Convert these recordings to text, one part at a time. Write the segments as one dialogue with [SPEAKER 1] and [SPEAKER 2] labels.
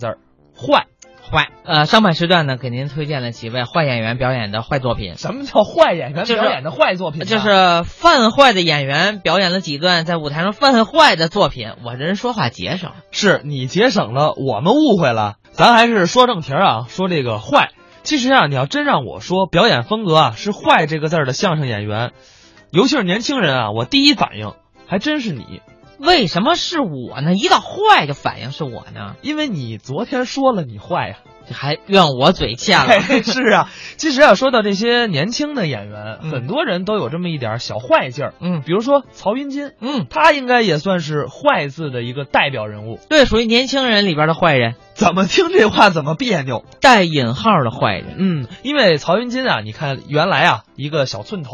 [SPEAKER 1] 字儿坏。
[SPEAKER 2] 坏。呃，上半时段呢，给您推荐了几位坏演员表演的坏作品，
[SPEAKER 1] 什么叫坏演员
[SPEAKER 2] 就是
[SPEAKER 1] 表演的坏作品呢？啊
[SPEAKER 2] 就是犯坏的演员表演了几段在舞台上犯坏的作品。我这人说话节省，
[SPEAKER 1] 是你节省了，我们误会了。咱还是说正题儿啊，说这个坏。其实啊，你要真让我说表演风格啊是坏这个字儿的相声演员，尤其是年轻人啊，我第一反应还真是你，
[SPEAKER 2] 为什么是我呢？一到坏就反应是我呢？
[SPEAKER 1] 因为你昨天说了你坏呀、
[SPEAKER 2] 这还怨我嘴欠了。
[SPEAKER 1] 嘿， 是啊，其实啊，说到这些年轻的演员，
[SPEAKER 2] 嗯
[SPEAKER 1] 很多人都有这么一点小坏劲儿。
[SPEAKER 2] 嗯
[SPEAKER 1] 比如说曹云金，
[SPEAKER 2] 嗯，
[SPEAKER 1] 他应该也算是坏字的一个代表人物。
[SPEAKER 2] 对，属于年轻人里边的坏人，
[SPEAKER 1] 怎么听这话怎么别扭？
[SPEAKER 2] 带引号的坏人。
[SPEAKER 1] 嗯，因为曹云金啊，你看原来啊一个小寸头，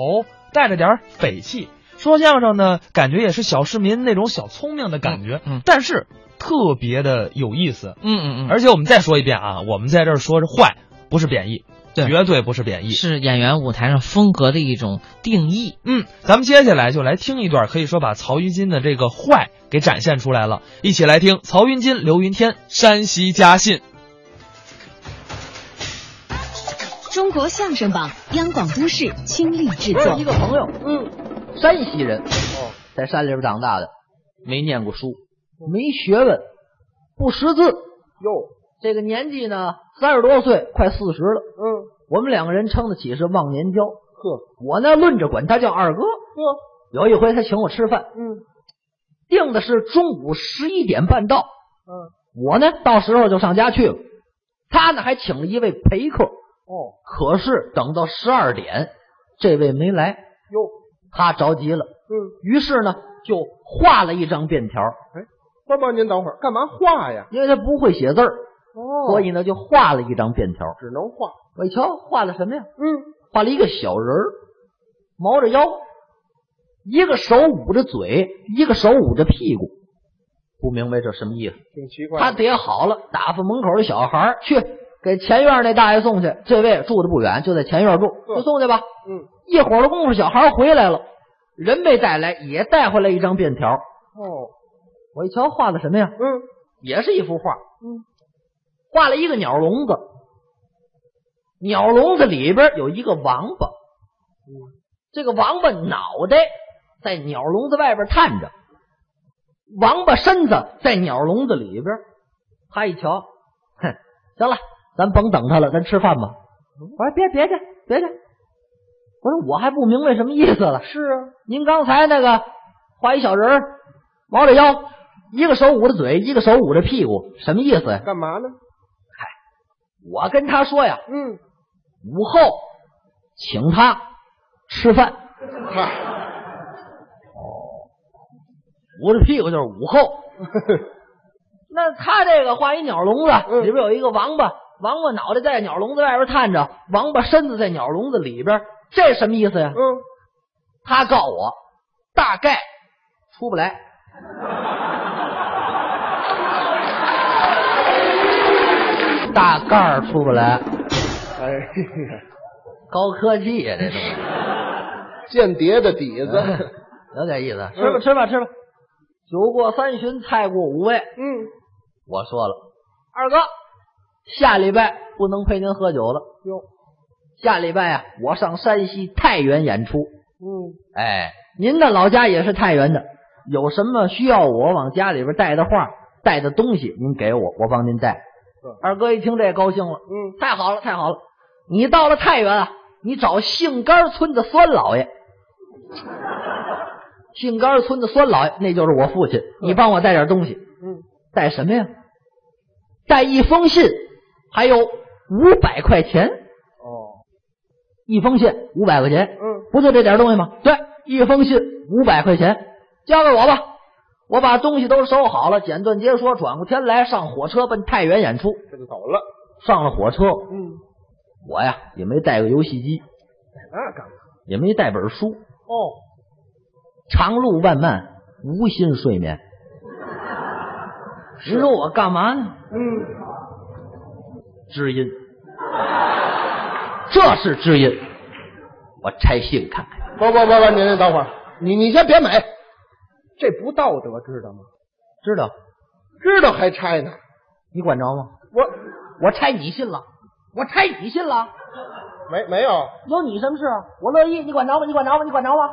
[SPEAKER 1] 带着点儿匪气，说相声呢，感觉也是小市民那种小聪明的感觉，
[SPEAKER 2] 嗯嗯
[SPEAKER 1] 但是特别的有意思。
[SPEAKER 2] 嗯嗯嗯，
[SPEAKER 1] 而且我们再说一遍啊，我们在这儿说是坏，不是贬义，
[SPEAKER 2] 对
[SPEAKER 1] 绝对不是贬义。
[SPEAKER 2] 是演员舞台上风格的一种定义。
[SPEAKER 1] 嗯，咱们接下来就来听一段，可以说把曹云金的这个坏给展现出来了。一起来听曹云金、刘云天山西家信。
[SPEAKER 3] 中国相声榜，央广都市倾力制作
[SPEAKER 4] 一。个朋友，嗯，山西人，哦，在山里边长大的，没念过书，没学问，不识字。哟，这个年纪呢，三十多岁，快四十了。嗯，我们两个人称得起是忘年交。呵，我呢论着管他叫二哥。呵，有一回他请我吃饭，嗯，定的是中午十一点半到。嗯，我呢到时候就上家去了。他呢还请了一位陪客。哦，可是等到十二点，这位没来，哟，他着急了，嗯，于是呢就画了一张便条，
[SPEAKER 5] 官官，您等会儿，干嘛画呀？
[SPEAKER 4] 因为他不会写字儿，
[SPEAKER 5] 哦
[SPEAKER 4] 所以呢就画了一张便条。
[SPEAKER 5] 只能画。
[SPEAKER 4] 我一瞧，画了什么呀？
[SPEAKER 5] 嗯，
[SPEAKER 4] 画了一个小人儿，猫着腰，一个手捂着嘴，一个手捂着屁股，不明白这什么意思。
[SPEAKER 5] 挺奇
[SPEAKER 4] 他
[SPEAKER 5] 怪的。
[SPEAKER 4] 叠好了，打发门口的小孩儿去给前院那大爷送去。这位住的不远，就在前院住，
[SPEAKER 5] 呵
[SPEAKER 4] 就送去吧。
[SPEAKER 5] 嗯，
[SPEAKER 4] 一会儿的功夫，小孩儿回来了，人没带来，也带回来一张便条。
[SPEAKER 5] 哦，
[SPEAKER 4] 我一瞧，画的什么呀？
[SPEAKER 5] 嗯，
[SPEAKER 4] 也是一幅画。嗯，画了一个鸟笼子，鸟笼子里边有一个王八。嗯这个王八脑袋在鸟笼子外边探着，王八身子在鸟笼子里边。他一瞧，哼，行了，咱甭等他了，咱吃饭吧。我说嗯别别去，别去。我说我还不明白什么意思了。
[SPEAKER 5] 是啊，
[SPEAKER 4] 您刚才那个画一小人儿，猫着腰，一个手捂着嘴，一个手捂着屁股，什么意思呀？
[SPEAKER 5] 干嘛呢？
[SPEAKER 4] 我跟他说呀，
[SPEAKER 5] 嗯，
[SPEAKER 4] 午后请他吃饭。
[SPEAKER 5] 嗨，
[SPEAKER 4] 捂着屁股就是午后。 那他这个画一鸟笼子，
[SPEAKER 5] 嗯
[SPEAKER 4] 里边有一个王八，王八脑袋在鸟笼子外边探着，王八身子在鸟笼子里边，这什么意思呀？
[SPEAKER 5] 嗯，
[SPEAKER 4] 他告我，大概出不 来。大盖儿出不来，
[SPEAKER 5] 哎呀，
[SPEAKER 4] 高科技呀、这东西。
[SPEAKER 5] 间谍的底 子。嗯
[SPEAKER 4] 有点意思。吃吧，吃吧，吃吧。酒过三巡，菜过五味。
[SPEAKER 5] 嗯，
[SPEAKER 4] 我说了，二哥，下礼拜不能陪您喝酒了。
[SPEAKER 5] 哟，
[SPEAKER 4] 下礼拜啊，我上山西太原演出。
[SPEAKER 5] 嗯，
[SPEAKER 4] 哎，您的老家也是太原的，有什么需要我往家里边带的话、带的东西，您给我，我帮您带
[SPEAKER 5] 是。
[SPEAKER 4] 二哥一听这高兴了，
[SPEAKER 5] 嗯，
[SPEAKER 4] 太好了，太好了！你到了太原啊，你找杏干村的酸老 爷。杏干村的酸老爷，那就是我父亲。你帮我带点东西。
[SPEAKER 5] 嗯，
[SPEAKER 4] 带什么呀？带一封信，还有五百块钱。
[SPEAKER 5] 哦，
[SPEAKER 4] 一封信五百块钱，
[SPEAKER 5] 嗯，
[SPEAKER 4] 不就这点东西吗？对，一封信五百块钱，交给我吧，我把东西都收好了，简短截说，转过天来上火车奔太原演出。
[SPEAKER 5] 这就走了。
[SPEAKER 4] 上了火车，
[SPEAKER 5] 嗯，
[SPEAKER 4] 我呀也没带个游戏机，
[SPEAKER 5] 那干嘛？
[SPEAKER 4] 也没带本书，
[SPEAKER 5] 哦，
[SPEAKER 4] 长路漫漫，无心睡眠。您说我干嘛呢？
[SPEAKER 5] 嗯，
[SPEAKER 4] 知音，这是知音。我拆信看看，
[SPEAKER 5] 不不不不，您您等会儿，你你先别买，这不道德，知道吗？
[SPEAKER 4] 知道
[SPEAKER 5] 知道还拆呢？
[SPEAKER 4] 你管着吗？
[SPEAKER 5] 我
[SPEAKER 4] 我拆你信了，我拆你信了，
[SPEAKER 5] 没没有
[SPEAKER 4] 有你什么事啊？我乐意，你管着吗？你管着吗？你管着吗？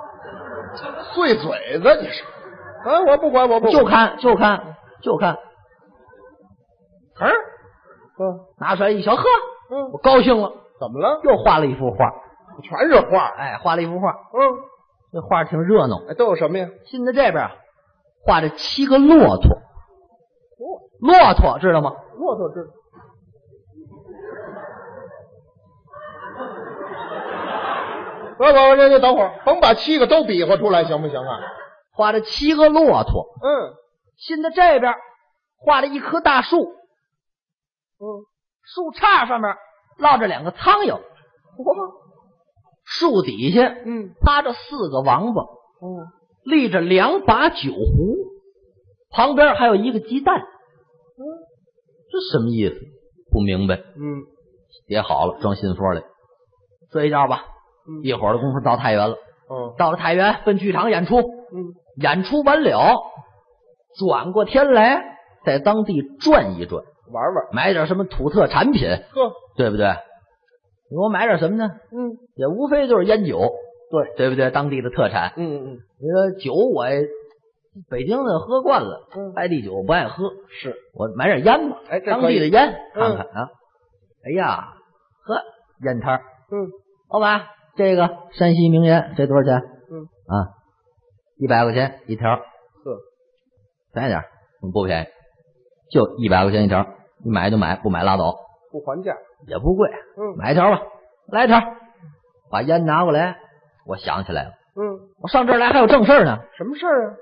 [SPEAKER 5] 碎嘴子，你是？啊，我不管，我不管
[SPEAKER 4] 就看就看就看，
[SPEAKER 5] 词儿。嗯，
[SPEAKER 4] 拿出来一瞧，呵，
[SPEAKER 5] 嗯
[SPEAKER 4] 我高兴了，
[SPEAKER 5] 怎么了？
[SPEAKER 4] 又画了一幅画，
[SPEAKER 5] 全是画。
[SPEAKER 4] 哎，画了一幅画，
[SPEAKER 5] 嗯，
[SPEAKER 4] 这画挺热闹。
[SPEAKER 5] 哎，都有什么呀？
[SPEAKER 4] 进到这边啊，画着七个骆驼，骆驼知道吗？
[SPEAKER 5] 骆驼知不不不，这这等会儿，甭把七个都比划出来，行不行啊？
[SPEAKER 4] 画着七个骆驼，
[SPEAKER 5] 嗯
[SPEAKER 4] 进到这边画了一棵大树，
[SPEAKER 5] 嗯，
[SPEAKER 4] 树杈上面落着两个苍蝇，树底下
[SPEAKER 5] 嗯
[SPEAKER 4] 趴着四个王八，
[SPEAKER 5] 嗯，
[SPEAKER 4] 立着两把酒壶，旁边还有一个鸡蛋。这什么意思？不明白。
[SPEAKER 5] 嗯，
[SPEAKER 4] 叠好了，装信封里，睡一觉吧。
[SPEAKER 5] 嗯
[SPEAKER 4] 一会儿的功夫到太原了，
[SPEAKER 5] 哦，
[SPEAKER 4] 到了太原奔剧场演出，
[SPEAKER 5] 嗯，
[SPEAKER 4] 演出完了，转过天来在当地转一转，
[SPEAKER 5] 玩玩，
[SPEAKER 4] 买点什么土特产品，
[SPEAKER 5] 呵，
[SPEAKER 4] 对不对？你给我买点什么呢？
[SPEAKER 5] 嗯
[SPEAKER 4] 也无非就是烟酒，
[SPEAKER 5] 对
[SPEAKER 4] 对不对？当地的特产。
[SPEAKER 5] 嗯嗯
[SPEAKER 4] 你说酒我也北京的喝惯了，
[SPEAKER 5] 嗯，
[SPEAKER 4] 外地酒我不爱喝，
[SPEAKER 5] 是，
[SPEAKER 4] 我买点烟吧，
[SPEAKER 5] 哎，这
[SPEAKER 4] 当
[SPEAKER 5] 可
[SPEAKER 4] 地
[SPEAKER 5] 以
[SPEAKER 4] 的烟看
[SPEAKER 5] 嗯
[SPEAKER 4] 看啊。哎呀，呵，烟摊儿，
[SPEAKER 5] 嗯，
[SPEAKER 4] 老板，这个山西名烟，这多少钱？
[SPEAKER 5] 嗯，
[SPEAKER 4] 啊，一百块钱一条，
[SPEAKER 5] 呵，
[SPEAKER 4] 便宜点儿，嗯不便宜，就一百块钱一条，你买就买，不买拉倒，
[SPEAKER 5] 不还价，
[SPEAKER 4] 也不贵，
[SPEAKER 5] 嗯
[SPEAKER 4] 买一条吧，来一条，把烟拿过来，我想起来了，
[SPEAKER 5] 嗯，
[SPEAKER 4] 我上这儿来还有正事儿呢，
[SPEAKER 5] 什么事儿啊？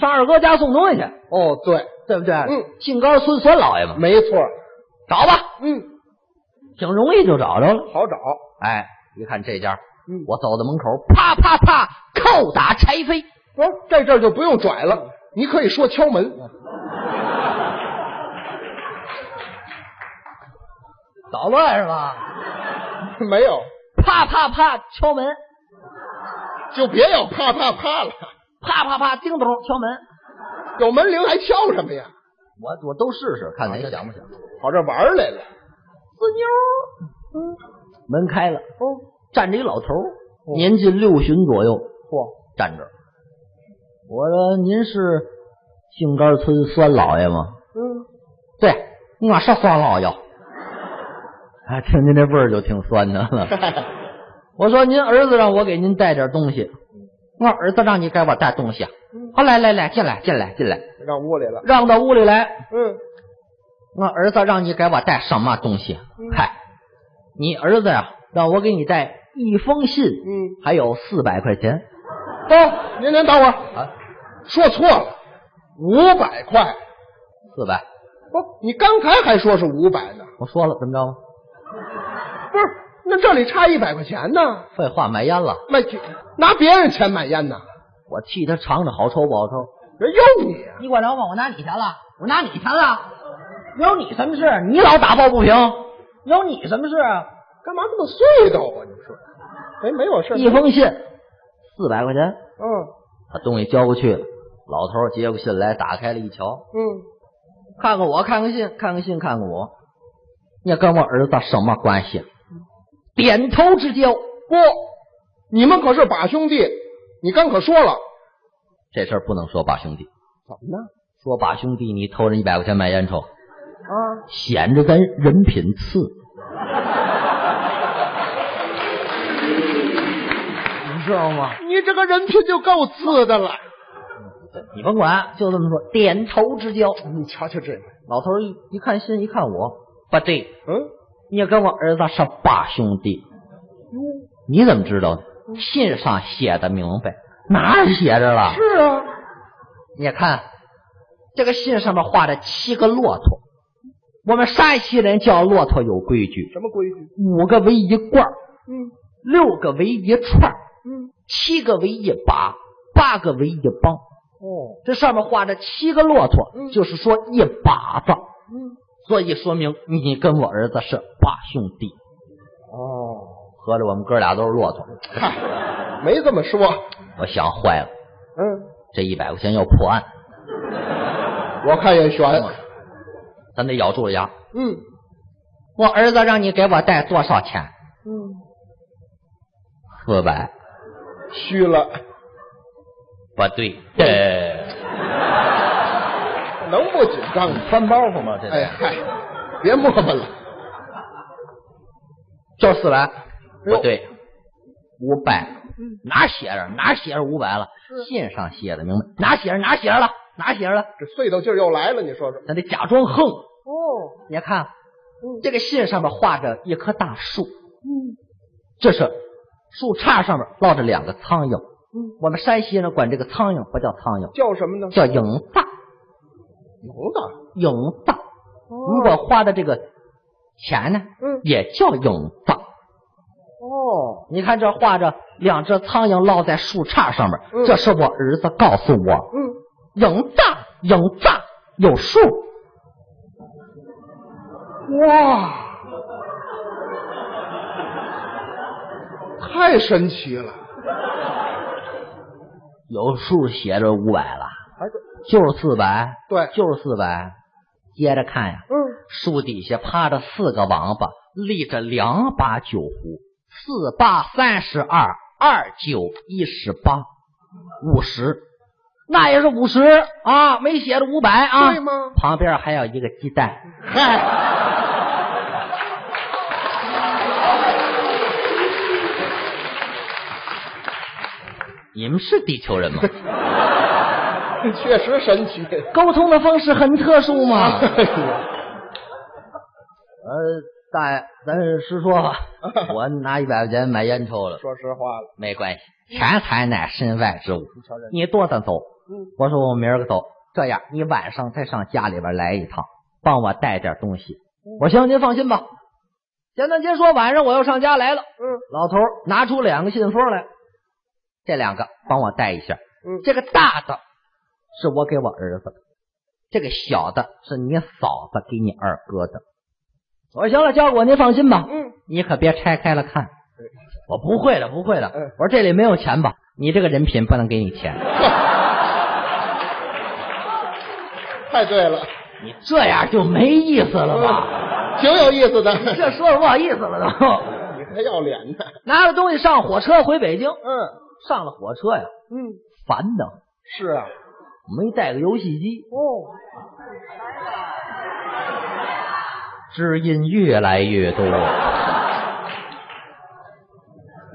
[SPEAKER 4] 上二哥家送东西去，
[SPEAKER 5] 哦，对，
[SPEAKER 4] 对不对？
[SPEAKER 5] 嗯，
[SPEAKER 4] 姓高孙孙老爷嘛，
[SPEAKER 5] 没错，
[SPEAKER 4] 找吧，
[SPEAKER 5] 嗯，
[SPEAKER 4] 挺容易就找着了。
[SPEAKER 5] 好找，
[SPEAKER 4] 哎，一看这家，
[SPEAKER 5] 嗯
[SPEAKER 4] 我走到门口，啪啪啪，叩打柴扉。
[SPEAKER 5] 不是哦这阵儿就不用拽了，你可以说敲门，
[SPEAKER 4] 捣乱是吧？
[SPEAKER 5] 没有，
[SPEAKER 4] 啪啪啪，敲门，
[SPEAKER 5] 就别有啪啪啪了，
[SPEAKER 4] 啪啪啪，叮咚，敲门。
[SPEAKER 5] 有门铃还敲什么呀？
[SPEAKER 4] 我我都试试，看谁响不响。
[SPEAKER 5] 跑这玩儿来了，
[SPEAKER 4] 滋妞，嗯，门开了，哦，站着一老头儿，年近六旬左右，
[SPEAKER 5] 嚯，
[SPEAKER 4] 站着。我说您是杏干村酸老爷吗？
[SPEAKER 5] 嗯，
[SPEAKER 4] 对，我是酸老爷。哎，啊听您这味儿就挺酸的 了。我说您儿子让我给您带点东西，我儿子让你给我带东西。啊好，来来来，进来进来进来，
[SPEAKER 5] 让屋里了，
[SPEAKER 4] 让到屋里来。
[SPEAKER 5] 嗯，
[SPEAKER 4] 我儿子让你给我带什么东西？啊嗨，你儿子呀、让我给你带一封信，
[SPEAKER 5] 嗯，
[SPEAKER 4] 还有四百块钱。
[SPEAKER 5] 哦，您您等会儿
[SPEAKER 4] 啊，
[SPEAKER 5] 说错了，五百块，
[SPEAKER 4] 四百，
[SPEAKER 5] 不，你刚才还说是五百呢，
[SPEAKER 4] 我说了怎么着吗？
[SPEAKER 5] 不是，那这里差一百块钱呢，
[SPEAKER 4] 废话，买烟了，
[SPEAKER 5] 卖拿别人钱买烟呢，
[SPEAKER 4] 我替他尝尝好抽不好抽。
[SPEAKER 5] 人用你，
[SPEAKER 4] 你管着吗？我拿你钱了，我拿你钱了，有你什么事？你老打抱不平，有你什么事？
[SPEAKER 5] 啊干嘛这么碎叨啊？你说，没没有事儿，
[SPEAKER 4] 一封信，四百块钱，
[SPEAKER 5] 嗯
[SPEAKER 4] 把东西交过去了。老头儿接过信来，打开了一瞧，
[SPEAKER 5] 嗯，
[SPEAKER 4] 看看我，看看信，看看信，看看我，你跟我儿子什么关系？点头之交。
[SPEAKER 5] 不，你们可是把兄弟，你刚可说了，
[SPEAKER 4] 这事儿不能说把兄弟，
[SPEAKER 5] 怎么呢？
[SPEAKER 4] 说把兄弟，你偷人一百块钱买烟抽，
[SPEAKER 5] 啊，
[SPEAKER 4] 显着咱人品次。你知道吗？
[SPEAKER 5] 你这个人品就够次的了，
[SPEAKER 4] 你甭管，就这么说，点头之交。
[SPEAKER 5] 你瞧瞧这个，
[SPEAKER 4] 老头儿一一看信，一看我，不对，
[SPEAKER 5] 嗯，
[SPEAKER 4] 你也跟我儿子是把兄弟。
[SPEAKER 5] 嗯
[SPEAKER 4] 你怎么知道的？信上写的明白，哪儿写着了？
[SPEAKER 5] 是啊，
[SPEAKER 4] 你看，这个信上面画着七个骆驼。我们山西人叫骆驼有规矩，
[SPEAKER 5] 什么规矩？
[SPEAKER 4] 五个为一罐儿
[SPEAKER 5] 嗯
[SPEAKER 4] 六个为一串儿
[SPEAKER 5] 嗯，
[SPEAKER 4] 七个为一把，八个为一帮。
[SPEAKER 5] 哦，
[SPEAKER 4] 这上面画着七个骆驼，
[SPEAKER 5] 嗯
[SPEAKER 4] 就是说一把子。
[SPEAKER 5] 嗯，
[SPEAKER 4] 所以说明你跟我儿子是把兄弟。
[SPEAKER 5] 哦，
[SPEAKER 4] 合着我们哥俩都是骆驼，
[SPEAKER 5] 嗨，没这么说，
[SPEAKER 4] 我想坏了，
[SPEAKER 5] 嗯，
[SPEAKER 4] 这一百块钱要破案。
[SPEAKER 5] 嗯我看也悬，
[SPEAKER 4] 咱得咬住牙。
[SPEAKER 5] 嗯
[SPEAKER 4] 我儿子让你给我带多少钱？
[SPEAKER 5] 嗯，
[SPEAKER 4] 四百。
[SPEAKER 5] 虚了，
[SPEAKER 4] 不对，呃，
[SPEAKER 5] 能不紧张吗？
[SPEAKER 4] 翻包袱吗？这
[SPEAKER 5] 哎嗨，别磨叽了，
[SPEAKER 4] 就四百，
[SPEAKER 5] 哎呦嗯
[SPEAKER 4] 不对，五百。哪写着？哪写着五百了？信上写的明白？哪写着？哪写着了？哪写着了？
[SPEAKER 5] 这隧道劲儿又来了，你说说。
[SPEAKER 4] 咱得假装横。
[SPEAKER 5] 哦，
[SPEAKER 4] 你看，
[SPEAKER 5] 嗯
[SPEAKER 4] 这个信上面画着一棵大树，嗯，这是树杈上面落着两个苍蝇，嗯，我们山西人管这个苍蝇不叫苍蝇，
[SPEAKER 5] 叫什么呢？
[SPEAKER 4] 叫蝇大，
[SPEAKER 5] 聋的。
[SPEAKER 4] 蝇大。如果花的这个钱呢，
[SPEAKER 5] 哦嗯，
[SPEAKER 4] 也叫蝇大。
[SPEAKER 5] 哦，
[SPEAKER 4] 你看这画着两只苍蝇落在树杈上面，
[SPEAKER 5] 嗯
[SPEAKER 4] 这是我儿子告诉我，
[SPEAKER 5] 嗯，
[SPEAKER 4] 蝇大蝇大有数。
[SPEAKER 5] 哇，太神奇了！
[SPEAKER 4] 有数写着五百了，
[SPEAKER 5] 还是
[SPEAKER 4] 就是四百，
[SPEAKER 5] 对
[SPEAKER 4] 就是四百。接着看呀，
[SPEAKER 5] 嗯，
[SPEAKER 4] 树底下趴着四个王八，立着两把酒壶，四八三十二，二九一十八，五十，那也是五十啊，没写着五百啊，
[SPEAKER 5] 对吗
[SPEAKER 4] 旁边还有一个鸡蛋，
[SPEAKER 5] 嗨，
[SPEAKER 4] 你们是地球人吗？
[SPEAKER 5] 确实神奇。
[SPEAKER 4] 沟通的方式很特殊嘛。
[SPEAKER 5] 哎呀
[SPEAKER 4] 呃，大爷，咱实说吧，我拿一百块钱买烟抽了，
[SPEAKER 5] 说实话了，
[SPEAKER 4] 没关系，钱财乃身外之物。
[SPEAKER 5] 你瞧人，
[SPEAKER 4] 你多大走？
[SPEAKER 5] 嗯，
[SPEAKER 4] 我说我明儿个走。这样，你晚上再上家里边来一趟，帮我带点东西。
[SPEAKER 5] 嗯
[SPEAKER 4] 我行，您放心吧。简短截说，晚上我又上家来了。嗯，老头儿拿出两个信封来，这两个帮我带一下。
[SPEAKER 5] 嗯
[SPEAKER 4] 这个大的是我给我儿子的，这个小的是你嫂子给你二哥的。我说行了，交给我，您放心吧。
[SPEAKER 5] 嗯，
[SPEAKER 4] 你可别拆开了看。我不会的，不会的。
[SPEAKER 5] 嗯
[SPEAKER 4] 我说这里没有钱吧？你这个人品不能给你钱，
[SPEAKER 5] 太对了，
[SPEAKER 4] 你这样就没意思了吧？
[SPEAKER 5] 挺有意思的。
[SPEAKER 4] 这说的不好意思了都。
[SPEAKER 5] 你还要脸呢？
[SPEAKER 4] 拿着东西上火车回北京，
[SPEAKER 5] 嗯
[SPEAKER 4] 上了火车呀，
[SPEAKER 5] 嗯，
[SPEAKER 4] 烦的，
[SPEAKER 5] 是啊。
[SPEAKER 4] 没带个游戏机，
[SPEAKER 5] 哦，
[SPEAKER 4] 知音越来越多。
[SPEAKER 5] 哎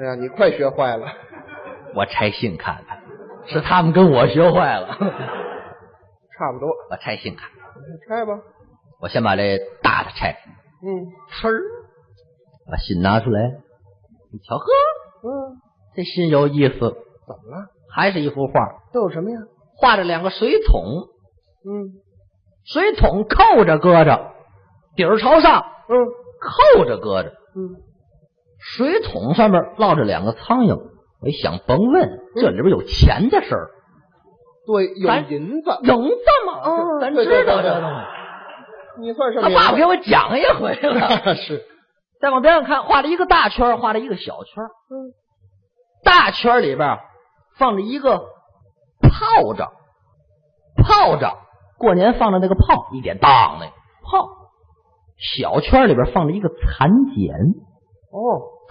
[SPEAKER 5] 呀，你快学坏了。
[SPEAKER 4] 我拆信看看，是他们跟我学坏了。
[SPEAKER 5] 差不多，
[SPEAKER 4] 我拆信看，
[SPEAKER 5] 拆吧。
[SPEAKER 4] 我先把这大的拆，
[SPEAKER 5] 嗯
[SPEAKER 4] 呲儿，把信拿出来，你瞧，呵，
[SPEAKER 5] 嗯，
[SPEAKER 4] 这信有意思，
[SPEAKER 5] 怎么了？
[SPEAKER 4] 还是一幅画，
[SPEAKER 5] 都有什么呀？
[SPEAKER 4] 画着两个水桶，
[SPEAKER 5] 嗯
[SPEAKER 4] 水桶扣着搁着，底儿朝上，
[SPEAKER 5] 嗯
[SPEAKER 4] 扣着搁着，
[SPEAKER 5] 嗯，
[SPEAKER 4] 水桶上面落着两个苍蝇。我一想，甭
[SPEAKER 5] 嗯
[SPEAKER 4] 问，这里边有钱的事儿，
[SPEAKER 5] 对，有
[SPEAKER 4] 咱
[SPEAKER 5] 银子。
[SPEAKER 4] 能这么？
[SPEAKER 5] 嗯
[SPEAKER 4] 咱
[SPEAKER 5] 对
[SPEAKER 4] 知道
[SPEAKER 5] 对对对
[SPEAKER 4] 这东西。
[SPEAKER 5] 你算什
[SPEAKER 4] 他
[SPEAKER 5] 么？
[SPEAKER 4] 爸爸给我讲一回了。
[SPEAKER 5] 是，
[SPEAKER 4] 再往边上看，画了一个大圈儿，画了一个小圈。
[SPEAKER 5] 嗯，
[SPEAKER 4] 大圈儿里边儿放着一个炮仗，炮仗，过年放的那个炮，一点当那个炮。小圈儿里边儿放着一个蚕茧，
[SPEAKER 5] 哦，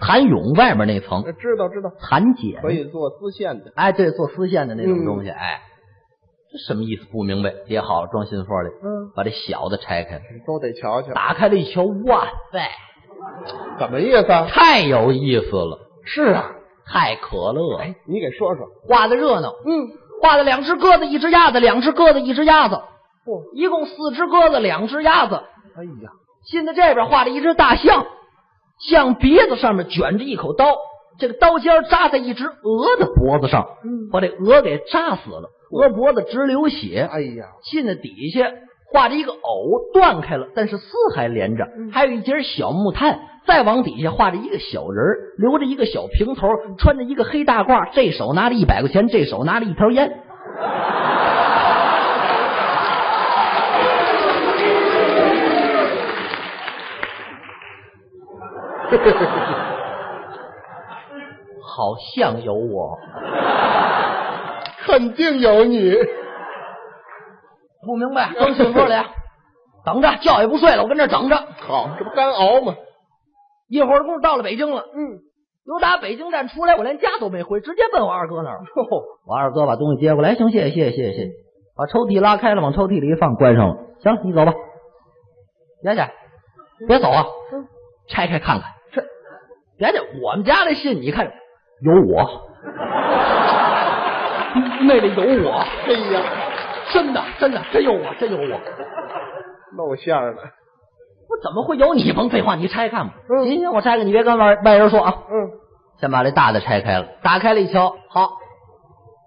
[SPEAKER 4] 蚕蛹外面那层
[SPEAKER 5] 知道知道，
[SPEAKER 4] 蚕茧，
[SPEAKER 5] 嗯可以做丝线的。
[SPEAKER 4] 哎，对，做丝线的那种
[SPEAKER 5] 嗯
[SPEAKER 4] 东西，哎，这什么意思？不明白，也好装信封里，
[SPEAKER 5] 嗯，
[SPEAKER 4] 把这小的拆开了，
[SPEAKER 5] 都得瞧瞧，
[SPEAKER 4] 打开了一瞧，哇塞，
[SPEAKER 5] 怎么意思啊？
[SPEAKER 4] 太有意思了，
[SPEAKER 5] 是啊，
[SPEAKER 4] 太可乐了，
[SPEAKER 5] 你给说说。
[SPEAKER 4] 画的热闹，
[SPEAKER 5] 嗯，
[SPEAKER 4] 画了两只鸽子，一只鸭子，两只鸽子，一只鸭子，
[SPEAKER 5] 嚯
[SPEAKER 4] 一共四只鸽子，两只鸭子。
[SPEAKER 5] 哎呀，
[SPEAKER 4] 信的这边画了一只大象，象鼻子上面卷着一口刀，这个刀尖扎在一只鹅的脖子上，
[SPEAKER 5] 嗯
[SPEAKER 4] 把这鹅给扎死了，鹅脖子直流血。
[SPEAKER 5] 哎呀，
[SPEAKER 4] 信的底下画着一个藕，断开了，但是丝还连着，还有一节小木炭。再往底下画着一个小人儿，留着一个小平头，穿着一个黑大褂，这手拿着一百块钱，这手拿着一条烟。 好像有我，
[SPEAKER 5] 肯定有你。
[SPEAKER 4] 不明白，装信封里，等着，觉也不睡了，我跟这儿等着。
[SPEAKER 5] 好，这不干熬吗？
[SPEAKER 4] 一会儿功夫到了北京了，嗯，由打北京站出来，我连家都没回，直接奔我二哥那儿。哦我二哥把东西接过来，行，谢谢，谢谢，谢谢，谢谢。把抽屉拉开了，往抽屉里一放，关上了。行了，你走吧。别介，别走啊，拆开看看。这别介，我们家那信你看有我， 那里有我，
[SPEAKER 5] 哎呀，
[SPEAKER 4] 真的，真的，真有我，真有我。
[SPEAKER 5] 露馅儿了。
[SPEAKER 4] 我怎么会有你？甭废话，你拆看吧。
[SPEAKER 5] 嗯
[SPEAKER 4] 行行，我拆开，你别跟外外人说啊。
[SPEAKER 5] 嗯
[SPEAKER 4] 先把这大的拆开了，打开了一瞧，好，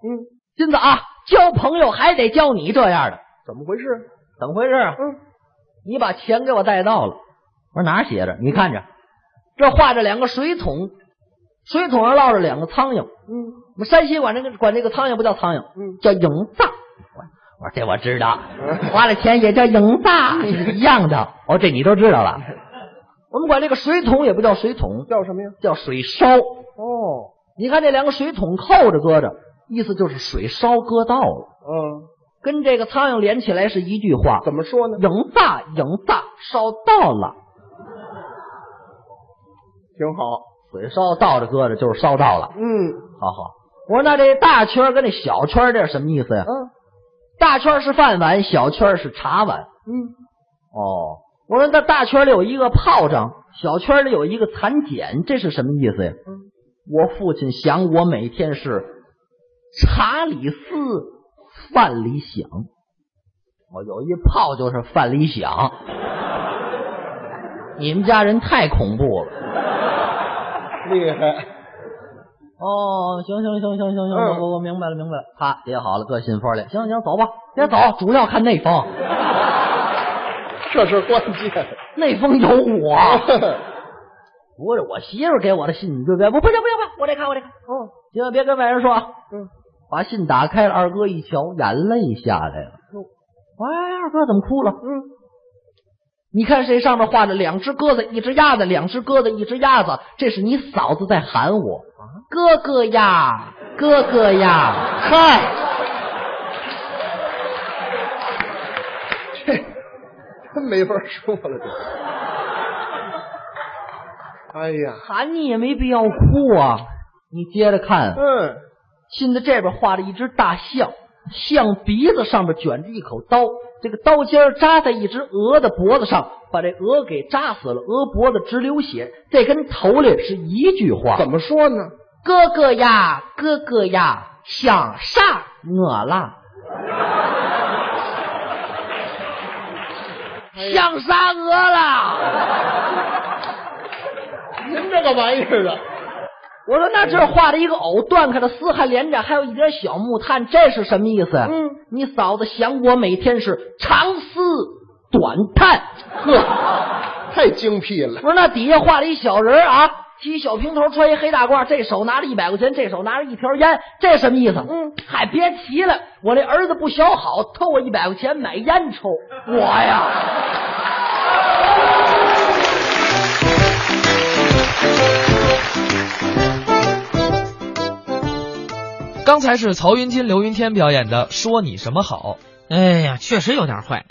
[SPEAKER 5] 嗯，
[SPEAKER 4] 金子啊，交朋友还得交你这样的，
[SPEAKER 5] 怎么回事？
[SPEAKER 4] 怎么回事啊？
[SPEAKER 5] 嗯，
[SPEAKER 4] 你把钱给我带到了，我说哪儿写着？你看着，这画着两个水桶，水桶上落着两个苍蝇。
[SPEAKER 5] 嗯，
[SPEAKER 4] 我们山西管这个管这个苍蝇不叫苍蝇，
[SPEAKER 5] 嗯，
[SPEAKER 4] 叫蝇子。我说这我知道，花了钱也叫蝇 子，是一样的。哦，这你都知道了。我们管这个水桶也不叫水桶，
[SPEAKER 5] 叫什么呀？
[SPEAKER 4] 叫水烧。
[SPEAKER 5] 哦，
[SPEAKER 4] 你看这两个水桶扣着搁着，意思就是水烧搁到了，
[SPEAKER 5] 嗯，
[SPEAKER 4] 跟这个苍蝇连起来是一句话：
[SPEAKER 5] 怎么说呢？
[SPEAKER 4] 蝇子蝇子烧到了。
[SPEAKER 5] 挺好。
[SPEAKER 4] 水烧倒着搁着就是烧到了，
[SPEAKER 5] 嗯
[SPEAKER 4] 好好。我说那这大圈儿跟这小圈儿这是什么意思呀、
[SPEAKER 5] 嗯
[SPEAKER 4] 大圈儿是饭碗，小圈儿是茶碗。
[SPEAKER 5] 嗯，
[SPEAKER 4] 哦，我说那大圈儿里有一个炮仗，小圈儿里有一个蚕茧，这是什么意思呀、
[SPEAKER 5] 嗯
[SPEAKER 4] 我父亲想我每天是茶里思，饭里想。我有一炮就是饭里想。 你们家人太恐怖了。
[SPEAKER 5] 厉害。
[SPEAKER 4] 哦，行行行行行行，我
[SPEAKER 5] 嗯
[SPEAKER 4] 我我明白了明白了，啪叠好了，搁信封里。行行，走吧，别走，主要看内 封，
[SPEAKER 5] 这是关键。
[SPEAKER 4] 内封有我。
[SPEAKER 5] 啊，
[SPEAKER 4] 不是我媳妇给我的信，你就别不不行不行不行，我得看我得看。哦，千万别跟外人说啊。
[SPEAKER 5] 嗯，
[SPEAKER 4] 把信打开了，二哥一瞧，眼泪下来了。喂，二哥怎么哭了？嗯，你看这上面画着两只鸽子，一只鸭子，两只鸽子，一只鸭子，这是你嫂子在喊我，哥哥呀，哥哥呀， 嗨，
[SPEAKER 5] 这 真没法说了。这，哎呀，
[SPEAKER 4] 喊你也没必要哭啊。你接着看，
[SPEAKER 5] 嗯，
[SPEAKER 4] 信的这边画着一只大象，象鼻子上面卷着一口刀，这个刀尖儿扎在一只鹅的脖子上，把这鹅给扎死了，鹅脖子直流血。这跟头里是一句话：
[SPEAKER 5] 怎么说呢？
[SPEAKER 4] 哥哥呀，哥哥呀，想杀我啦！
[SPEAKER 5] 哎
[SPEAKER 4] 想杀我啦！
[SPEAKER 5] 您这个玩意儿啊，
[SPEAKER 4] 我说那这儿画着一个藕，断开了丝还连着，还有一点小木炭，这是什么意思？
[SPEAKER 5] 嗯，
[SPEAKER 4] 你嫂子想我每天是长丝短叹。
[SPEAKER 5] 呵，太精辟了
[SPEAKER 4] 我。说那底下画了一小人儿啊，剃一小平头，穿一黑大褂，这手拿着一百块钱，这手拿着一条烟，这什么意思？嗯，嗨，别提了，我那儿子不小好，偷我一百块钱买烟抽，我呀，
[SPEAKER 1] 刚才是曹云金、刘云天表演的《说你什么好》。
[SPEAKER 2] 哎哎呀，确实有点坏。